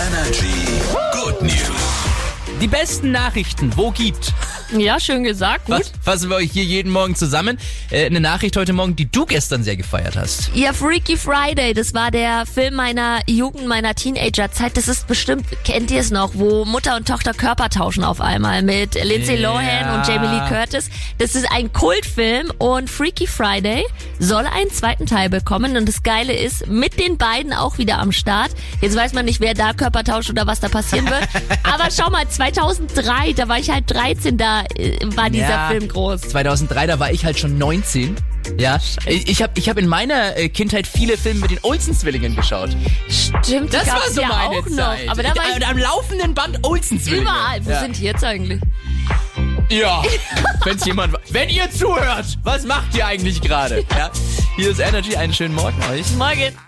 Energy. Good News. Die besten Nachrichten, wo gibt? Ja, schön gesagt. Gut. Was fassen wir euch hier jeden Morgen zusammen? Äh, eine Nachricht heute Morgen, die du gestern sehr gefeiert hast. Ja, Freaky Friday, das war der Film meiner Jugend, meiner Teenagerzeit. Das ist bestimmt, kennt ihr es noch, wo Mutter und Tochter Körper tauschen auf einmal mit Lindsay Ja. Lohan und Jamie Lee Curtis. Das ist ein Kultfilm und Freaky Friday soll einen zweiten Teil bekommen. Und das Geile ist, mit den beiden auch wieder am Start. Jetzt weiß man nicht, wer da Körper tauscht oder was da passieren wird. Aber schau mal, 2003, da war ich halt 13, da äh, war dieser Ja. Film groß. 2003, da war ich halt schon 19. Ja, ich, ich habe ich hab in meiner äh, Kindheit viele Filme mit den Olsen-Zwillingen geschaut. Stimmt, die Das war gab's so ja meine auch Zeit. noch. Aber da war Äh, ich am laufenden Band Olsen-Zwillinge. überall. Wo ja. sind die jetzt eigentlich? Ja, wenn's jemand... Wenn ihr zuhört, was macht ihr eigentlich gerade? Ja. Hier ist Energy, einen schönen Morgen euch. Morgen.